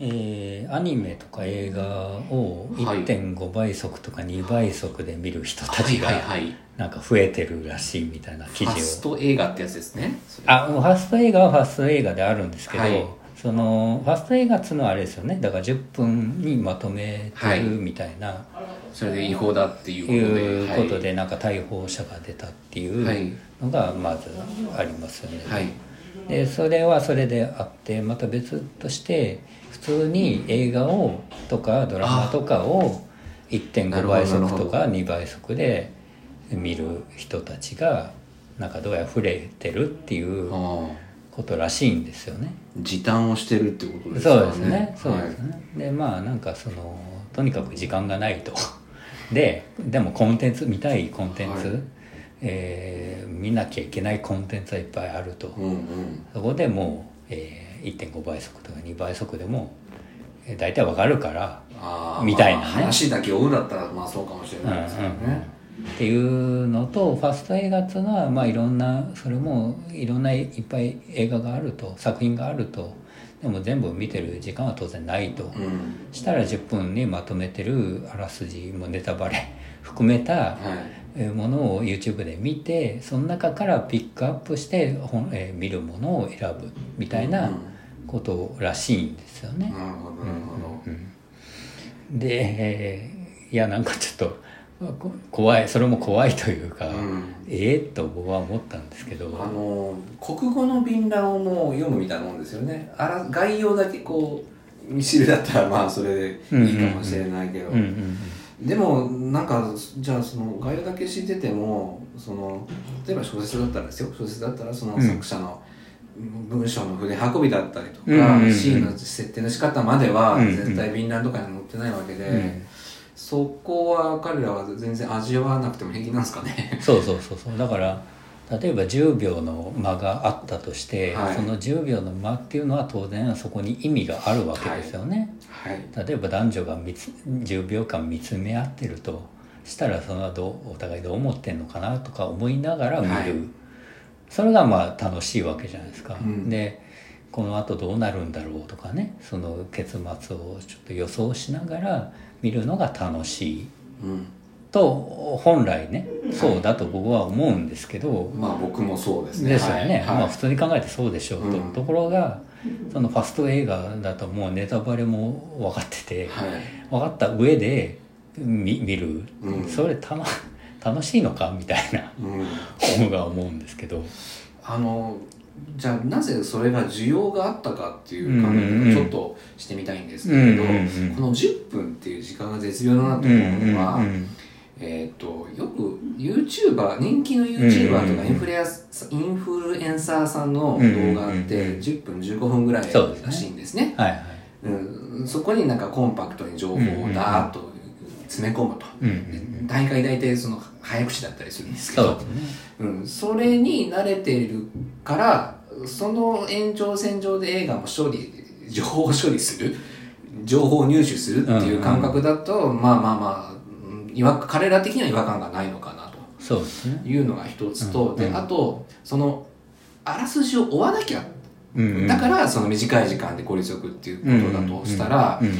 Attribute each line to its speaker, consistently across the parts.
Speaker 1: えーアニメとか映画を
Speaker 2: はい
Speaker 1: 1.5倍速とか2倍速で見る人た
Speaker 2: はい
Speaker 1: ち
Speaker 2: はい
Speaker 1: が
Speaker 2: はい。
Speaker 1: なんか増えてるらしいみたいな記
Speaker 2: ファ
Speaker 1: 事
Speaker 2: ス
Speaker 1: を
Speaker 2: ト映画ってやつですね。それ
Speaker 1: あファスト映画はファスト映画であるんですけど、
Speaker 2: はい
Speaker 1: そのファスト映画っつうのはあれですよねだから10分にまとめてるみたいな、
Speaker 2: それで違法だってい
Speaker 1: いうう
Speaker 2: こ
Speaker 1: ことと
Speaker 2: で。
Speaker 1: でなんか逮捕者が出たってい
Speaker 2: は
Speaker 1: う
Speaker 2: い
Speaker 1: のがまずありますよね。
Speaker 2: はい。はい。
Speaker 1: でそれはそれであってまた別として普通に映画をとかドラマとかを
Speaker 2: なる
Speaker 1: 1.5
Speaker 2: ほど
Speaker 1: 倍速とか2倍速で見る人たちがなんかどうやら触れてるっていう
Speaker 2: ああ。
Speaker 1: ことらしいんですよね。
Speaker 2: 時短をしてるってことですかね。
Speaker 1: そうですね。そう
Speaker 2: はい
Speaker 1: ですね。で、まあなんかその、とにかく時間がないと。で、でもコンテンツ、見たいコンテンツ、
Speaker 2: はい
Speaker 1: えー見なきゃいけないコンテンツはいっぱいあると。
Speaker 2: うんうん。
Speaker 1: そこでもう、えー1.5倍速とか2倍速でも、えー大体わかるから、
Speaker 2: ああ。
Speaker 1: みたいなね
Speaker 2: まあ話だけ追うんだったら、まあそうかもしれ
Speaker 1: うんう
Speaker 2: ないですけど
Speaker 1: んうん
Speaker 2: ね。
Speaker 1: っていうのとファスト映画っていうのは、まあ、いろんなそれもいろんないっぱい映画があると作品があるとでも全部見てる時間は当然ないと、
Speaker 2: うん。
Speaker 1: したら10分にまとめてるあらすじもネタバレ 含めた
Speaker 2: はい。
Speaker 1: えーものを YouTube で見てその中からピックアップして本、えー見るものを選ぶみたいなことらしいんですよね。
Speaker 2: なるほど、なるほど。
Speaker 1: うんで、えーいやなんかちょっとこ怖いそれも怖いというか、
Speaker 2: うん
Speaker 1: ええー、と僕は思ったんですけど。
Speaker 2: あの国語の便覧をもう読むみたいなもんですよねあら概要だけこう見知りだったらまあそれでいいかもしれないけど、
Speaker 1: うんうんうん
Speaker 2: でもなんかじゃあその概要だけ知っててもその例えば小説だったらですよ小説だったらその
Speaker 1: うん
Speaker 2: 作者の文章の筆運びだったりとか、
Speaker 1: うんうんうん
Speaker 2: シーンの設定の仕方までは
Speaker 1: うんうん
Speaker 2: 絶対便覧とかに載ってないわけで、
Speaker 1: うん
Speaker 2: そこは彼らは全然味わわなくても平気なんですかね
Speaker 1: そうそうそうそうだから例えば10秒の間があったとして、
Speaker 2: はい
Speaker 1: その10秒の間っていうのは当然そこに意味があるわけですよね、
Speaker 2: はい
Speaker 1: 例えば男女が見つ10秒間見つめ合ってるとしたらそのどうお互いどう思ってんのかなとか思いながら見る、
Speaker 2: はい
Speaker 1: それがまあ楽しいわけじゃないですか、
Speaker 2: うん
Speaker 1: でこのあとどうなるんだろうとかねその結末をちょっと予想しながら見るのが楽しい
Speaker 2: うん
Speaker 1: と本来ねそうだと僕は思うんですけど、
Speaker 2: まあ僕もそうですね。
Speaker 1: ですよね、
Speaker 2: はい
Speaker 1: まあ普通に考えてそうでしょうと、
Speaker 2: うん
Speaker 1: ところがそのファスト映画だともうネタバレも分かってて、
Speaker 2: はい
Speaker 1: 分かった上で見見る、
Speaker 2: うん
Speaker 1: それたの 楽しいのかみたいな
Speaker 2: うん、
Speaker 1: 方が思うんですけど
Speaker 2: あのじゃあなぜそれが需要があったかっていう考
Speaker 1: うんうん
Speaker 2: えをちょっとしてみたいんですけれど、
Speaker 1: うんうんうん
Speaker 2: この10分っていう時間が絶妙だなと
Speaker 1: うんうん
Speaker 2: 思うのは、
Speaker 1: うん
Speaker 2: えっ、とよく YouTuber 人気の YouTuber
Speaker 1: うんうん
Speaker 2: と
Speaker 1: う
Speaker 2: か
Speaker 1: ん
Speaker 2: インフレアスインフルエンサーさんの動画って
Speaker 1: うんうんうん
Speaker 2: 10分15分ぐらい
Speaker 1: そうですね
Speaker 2: らしいんですね。
Speaker 1: はいはい
Speaker 2: うん、そこになんかコンパクトに情報をだーっと詰め込むと、
Speaker 1: うんうん
Speaker 2: 大会大体その早口だったりするんですけ
Speaker 1: そう
Speaker 2: ど
Speaker 1: ですね
Speaker 2: うん、それに慣れているからその延長線上で映画も処理情報処理する情報を入手するっていう感覚だと、まあまあまあうん違和彼ら的には違和感がないのかな
Speaker 1: そうですね
Speaker 2: というのが一つと、
Speaker 1: うん
Speaker 2: で
Speaker 1: うん
Speaker 2: あとそのあらすじを追わなきゃ
Speaker 1: うんうん
Speaker 2: だからその短い時間で効率よくっていうことだとしたら、
Speaker 1: うんうん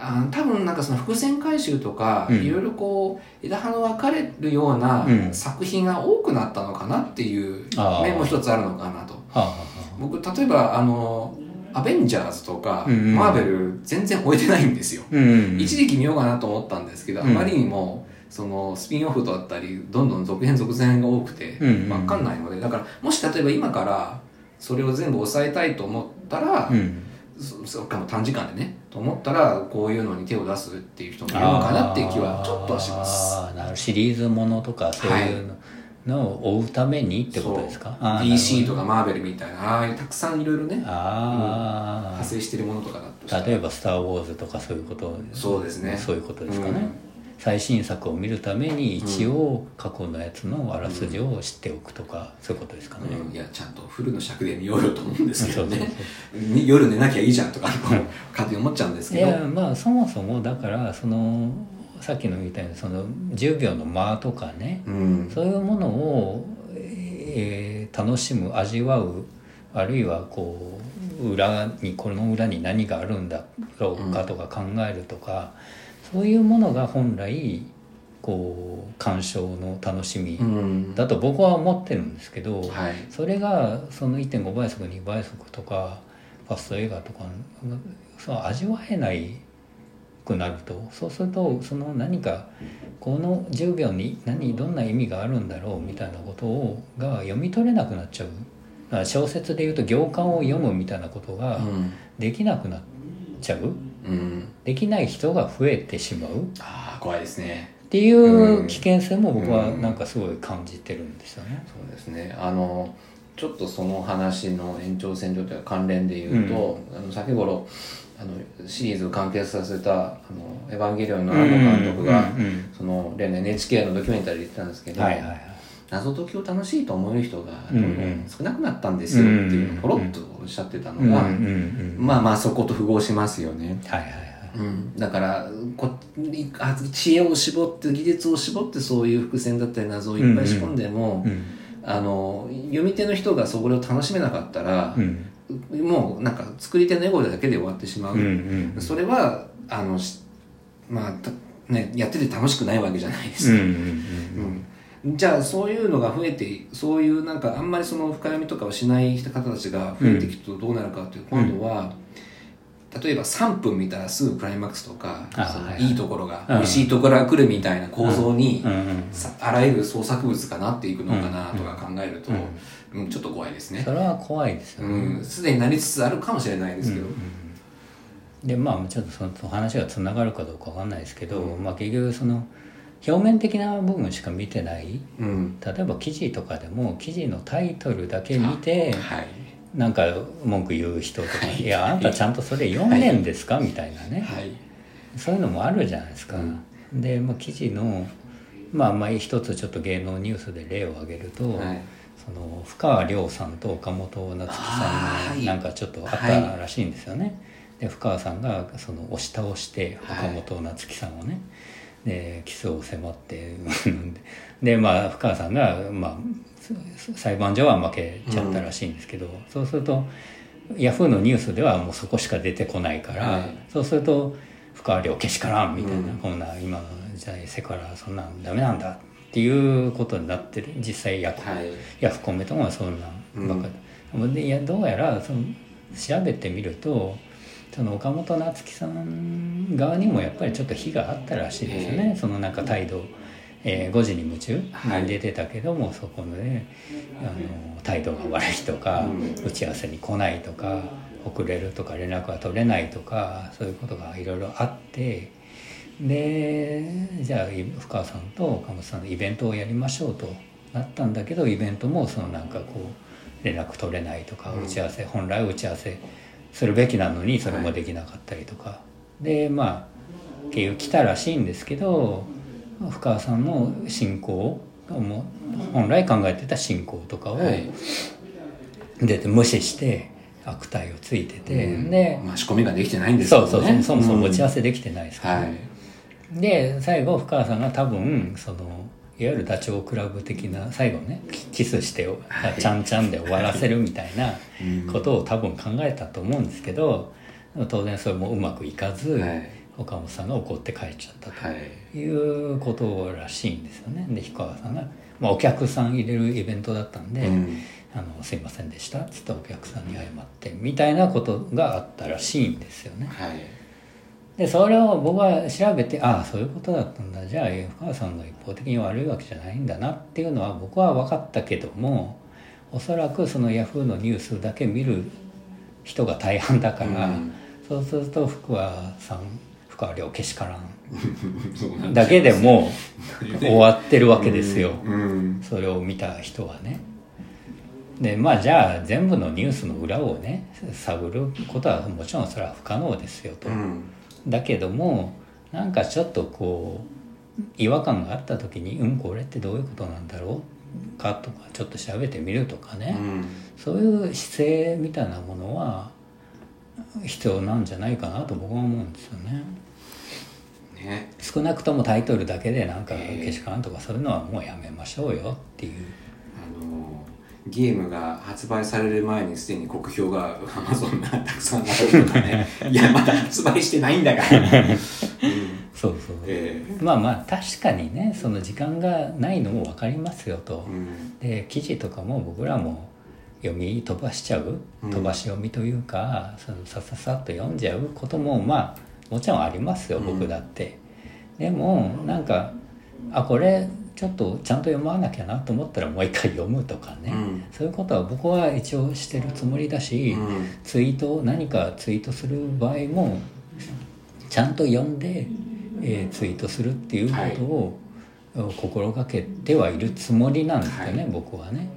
Speaker 2: あー多分なんかその伏線回収とか、
Speaker 1: うん
Speaker 2: いろいろこう枝葉の分かれるような
Speaker 1: うん
Speaker 2: 作品が多くなったのかなっていう
Speaker 1: あー
Speaker 2: 面も一つあるのかなと
Speaker 1: はあは
Speaker 2: 僕例えばあの「アベンジャーズ」とか、
Speaker 1: うんうん
Speaker 2: マーベル」全然終えてないんですよ、
Speaker 1: あ、うんうん、
Speaker 2: 一時期見ようかなと思ったんですけど、
Speaker 1: うん
Speaker 2: あまりにもそのスピンオフだったりどんどん続編続編が多くて
Speaker 1: うんうん
Speaker 2: 分かんないのでだからもし例えば今からそれを全部抑えたいと思ったら、
Speaker 1: うん
Speaker 2: そそっかも短時間でねと思ったらこういうのに手を出すっていう人もいるのかなっていう気はちょっとはします。
Speaker 1: あーなるほどシリーズものとかそういうの,、を追うためにってことですか
Speaker 2: そう
Speaker 1: あー
Speaker 2: DC
Speaker 1: なる
Speaker 2: とかマーベルみたいなああいうたくさんいろいろね
Speaker 1: ほどあ
Speaker 2: 派生してるものとかだとした
Speaker 1: あ、
Speaker 2: ら
Speaker 1: 例えば「スター・ウォーズ」とかそういうこと
Speaker 2: そうですね
Speaker 1: そういうことですかね、
Speaker 2: うん
Speaker 1: 最新作を見るために一応過去のやつのあらすじを知っておくとか、そういうことですかね、
Speaker 2: うんいやちゃんとフルの尺で見ようよと思うんですけど
Speaker 1: そう
Speaker 2: ね
Speaker 1: そ
Speaker 2: 夜寝なきゃいいじゃんとか勝手に思っちゃうんで す
Speaker 1: い
Speaker 2: けど
Speaker 1: やまあそもそもだからそのさっきのみたいにその10秒の間とかね、
Speaker 2: うん
Speaker 1: そういうものを、えー楽しむ味わうあるいはこう裏にこの裏に何があるんだろうかとか考えるとか、そういうものが本来こう鑑賞の楽しみ
Speaker 2: うん
Speaker 1: だと僕は思ってるんですけど、
Speaker 2: はい
Speaker 1: それがその1.5倍速2倍速とかファスト映画とかそう味わえないくなるとそうするとその何かこの10秒に何どんな意味があるんだろうみたいなことをが読み取れなくなっちゃうだから小説でいうと行間を読むみたいなことが
Speaker 2: うん
Speaker 1: できなくなっちゃう
Speaker 2: うん
Speaker 1: できない人が増えてしまうっ
Speaker 2: ああ怖いですね
Speaker 1: ていう危険性も僕はなんかすごい感じてるんですよね。
Speaker 2: そうですねあのちょっとその話の延長線上というか関連で言うと、あの先頃あのシリーズを完結させた「あのエヴァンゲリオン」の庵野監督が、
Speaker 1: うんうん
Speaker 2: その例の NHK のドキュメンタリーで言ってたんですけ
Speaker 1: うん
Speaker 2: ど、
Speaker 1: はいはいはい
Speaker 2: 謎解きを楽しいと思える人が
Speaker 1: う
Speaker 2: ど
Speaker 1: んうん
Speaker 2: んどん少なくなったんですよっていうのをポロッとおっしゃってたのが、
Speaker 1: うんうんうん、
Speaker 2: まあまあそこと符合しますよね。
Speaker 1: はいはいはい
Speaker 2: うん、だからこあ知恵を絞って技術を絞ってそういう伏線だったり謎をいっぱい仕込んでも、
Speaker 1: うん
Speaker 2: あの読み手の人がそこを楽しめなかったら
Speaker 1: う、ん
Speaker 2: もうなんか作り手のエゴだけで終わってしまう、
Speaker 1: うんうん
Speaker 2: それはあのしまあたね、やってて楽しくないわけじゃないで
Speaker 1: う
Speaker 2: す、
Speaker 1: ん
Speaker 2: か
Speaker 1: うん
Speaker 2: うんじゃあそういうのが増えてそういうなんかあんまりその深読みとかをしない人方たちが増えてきくとどうなるかという、今度は例えば3分見たらすぐクライマックスとか
Speaker 1: あ
Speaker 2: その
Speaker 1: はいはい
Speaker 2: いいところが、
Speaker 1: うん
Speaker 2: 美味しいところが来るみたいな構造に、
Speaker 1: うんうん
Speaker 2: さあらゆる創作物がなっていくのかなとか考えると、うんちょっと怖いですね
Speaker 1: それは怖いですよね、
Speaker 2: うんすで、になりつつあるかもしれないですけど、
Speaker 1: でまあちょっとその話がつながるかどうかわかんないですけど、まあ、結局その表面的な部分しか見てない
Speaker 2: うん
Speaker 1: 例えば記事とかでも記事のタイトルだけ見て
Speaker 2: はい
Speaker 1: なんか文句言う人とか「
Speaker 2: はい
Speaker 1: い、やあんたちゃんとそれ読んでんですか?」みたいなね、
Speaker 2: はい
Speaker 1: そういうのもあるじゃないですか、で、まあ、記事のまあまあ一つちょっと芸能ニュースで例を挙げると、
Speaker 2: はい
Speaker 1: その深川亮さんと岡本夏樹
Speaker 2: あ
Speaker 1: さん
Speaker 2: ーはい
Speaker 1: のなんかちょっとあったらしいんですよね、で深川さんがその押し倒して岡本夏樹さんをね、でキスを迫って でまあ深川さんが、まあ、そ裁判所は負けちゃったらしいんですけど、そうするとヤフーのニュースではもうそこしか出てこないから、
Speaker 2: はい
Speaker 1: そうすると深川亮けしからんみたいな、
Speaker 2: うん
Speaker 1: こんな今の時代セクハラそんなんダメなんだっていうことになってる実際ヤフ
Speaker 2: はい
Speaker 1: ヤフコメとかはそんなんばっかり、でいやどうやらその調べてみるとその岡本夏樹さん側にもやっぱりちょっと火があったらしいですよね、そのなんか態度、えー5時に夢中
Speaker 2: はい
Speaker 1: に出てたけども、そこで、あの態度が悪いとか、
Speaker 2: うん
Speaker 1: 打ち合わせに来ないとか遅れるとか連絡が取れないとかそういうことがいろいろあってでじゃあい深川さんと岡本さんのイベントをやりましょうとなったんだけどイベントもそのなんかこう連絡取れないとか
Speaker 2: うん
Speaker 1: 打ち合わせ、本来打ち合わせするべきなのにそれもできなかったりとか、でまあ結局来たらしいんですけど深川さんの進行も本来考えてた進行とかを、
Speaker 2: はい
Speaker 1: で無視して悪態をついてて、
Speaker 2: うん
Speaker 1: で、
Speaker 2: まあ仕込みができてないんです
Speaker 1: そ
Speaker 2: よ
Speaker 1: う
Speaker 2: ね
Speaker 1: そうそうそもそも
Speaker 2: う
Speaker 1: 打
Speaker 2: ん
Speaker 1: ち合わせできてないですから、
Speaker 2: はい
Speaker 1: で最後深川さんが多分そのいわゆるダチョウ倶楽部的な最後ねキキスしておちゃんちゃんで終わらせるみたいなことを多分考えたと思うんですけど当然それもうまくいかず、
Speaker 2: はい
Speaker 1: 岡本さんが怒って帰っちゃったと。
Speaker 2: はい
Speaker 1: いうことらしいんですよねで氷川さんが、まあ、お客さん入れるイベントだったんで「
Speaker 2: うん
Speaker 1: あのすいませんでした」っつってお客さんに謝ってみたいなことがあったらしいんですよね
Speaker 2: はい
Speaker 1: でそれを僕は調べてああそういうことだったんだじゃあ氷川さんが一方的に悪いわけじゃないんだなっていうのは僕は分かったけどもおそらくそのヤフーのニュースだけ見る人が大半だから、
Speaker 2: うん
Speaker 1: そうすると福和さん福和亮けしからん
Speaker 2: そうなん
Speaker 1: だけでもう 終わってるわけですよ、
Speaker 2: うん
Speaker 1: それを見た人はねでまあじゃあ全部のニュースの裏をね探ることはもちろんそれは不可能ですよと、
Speaker 2: うん
Speaker 1: だけどもなんかちょっとこう違和感があった時にうんこれってどういうことなんだろうかとかちょっと調べてみるとか
Speaker 2: う
Speaker 1: ね、
Speaker 2: ん
Speaker 1: そういう姿勢みたいなものは必要なんじゃないかなと僕は思うんですよね。
Speaker 2: ね
Speaker 1: 少なくともタイトルだけでなんか
Speaker 2: ええ
Speaker 1: けしからんとかそういうのはもうやめましょうよっていう
Speaker 2: あのゲームが発売される前にすでに酷評が Amazon がたくさん並ぶとかね いやまだ発売してないんだから、うん
Speaker 1: そうそう、
Speaker 2: ええ
Speaker 1: まあまあ確かにねその時間がないのも分かりますよと
Speaker 2: う、ん
Speaker 1: で記事とかも僕らも読み飛ばしちゃう
Speaker 2: うん
Speaker 1: 飛ばし読みというか、そのさささっと読んじゃうこともまあもちろんありますよ
Speaker 2: うん
Speaker 1: 僕だって、でもなんかあこれちょっとちゃんと読まなきゃなと思ったらもう一回読むとかね、
Speaker 2: うん
Speaker 1: そういうことは僕は一応してるつもりだし、
Speaker 2: うん
Speaker 1: ツイート何かツイートする場合もちゃんと読んで、えーツイートするっていうことをうん心がけてはいるつもりなんですよね、
Speaker 2: は
Speaker 1: 僕はね。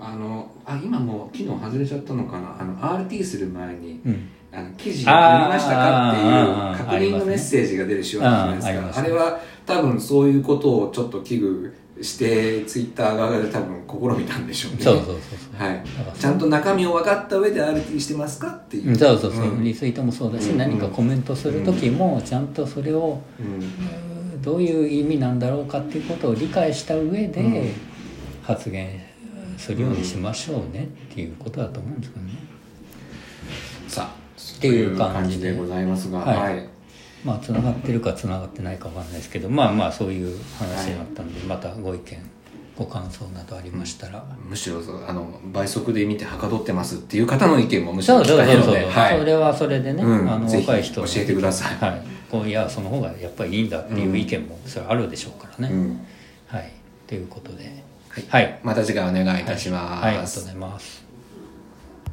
Speaker 2: あのあ今もう機能外れちゃったのかなあの RT する前に
Speaker 1: うん、
Speaker 2: あの記事読みましたかって
Speaker 1: あー
Speaker 2: いう確
Speaker 1: あり
Speaker 2: 認
Speaker 1: ます
Speaker 2: の
Speaker 1: ね
Speaker 2: メッセージが出る仕様じゃないです
Speaker 1: あ
Speaker 2: か
Speaker 1: ーあ
Speaker 2: あ
Speaker 1: りますね
Speaker 2: れは多分そういうことをちょっと危惧してツイッター側で多分試みたんでしょうね
Speaker 1: そうそうそうそう。
Speaker 2: はい
Speaker 1: だから、
Speaker 2: ちゃんと中身を分かった上で RT してますかってい
Speaker 1: う
Speaker 2: う
Speaker 1: んそうそうそう、
Speaker 2: うん
Speaker 1: リツイートもそうだし、
Speaker 2: うん
Speaker 1: 何かコメントする時もちゃんとそれを、
Speaker 2: うん
Speaker 1: うんどういう意味なんだろうかっていうことを理解した上で、
Speaker 2: うん
Speaker 1: 発言するようにしましょうねっていうことだと思うんですけどね。
Speaker 2: さあ
Speaker 1: っていう感じで
Speaker 2: という感ございますが
Speaker 1: はい
Speaker 2: はい
Speaker 1: まあ、つながってるかつながってないかわかんないですけどまあまあそういう話だったんで、またご意見ご感想などありましたら、
Speaker 2: むしろそうあの倍速で見てはかどってますっていう方の意見もむし
Speaker 1: そ
Speaker 2: ろ
Speaker 1: う
Speaker 2: 聞き
Speaker 1: そう
Speaker 2: た
Speaker 1: そ
Speaker 2: いうの
Speaker 1: そう、
Speaker 2: では
Speaker 1: そ
Speaker 2: い
Speaker 1: れはそれでね、
Speaker 2: うん
Speaker 1: あの
Speaker 2: ぜひ
Speaker 1: 若い人
Speaker 2: 教えてください
Speaker 1: はい、こういやその方がやっぱりいいんだっていう意見もそれはあるでしょうからね、
Speaker 2: うん
Speaker 1: はいということで
Speaker 2: はい
Speaker 1: はい、
Speaker 2: また次回お願いいたします
Speaker 1: はい、ありがとうございます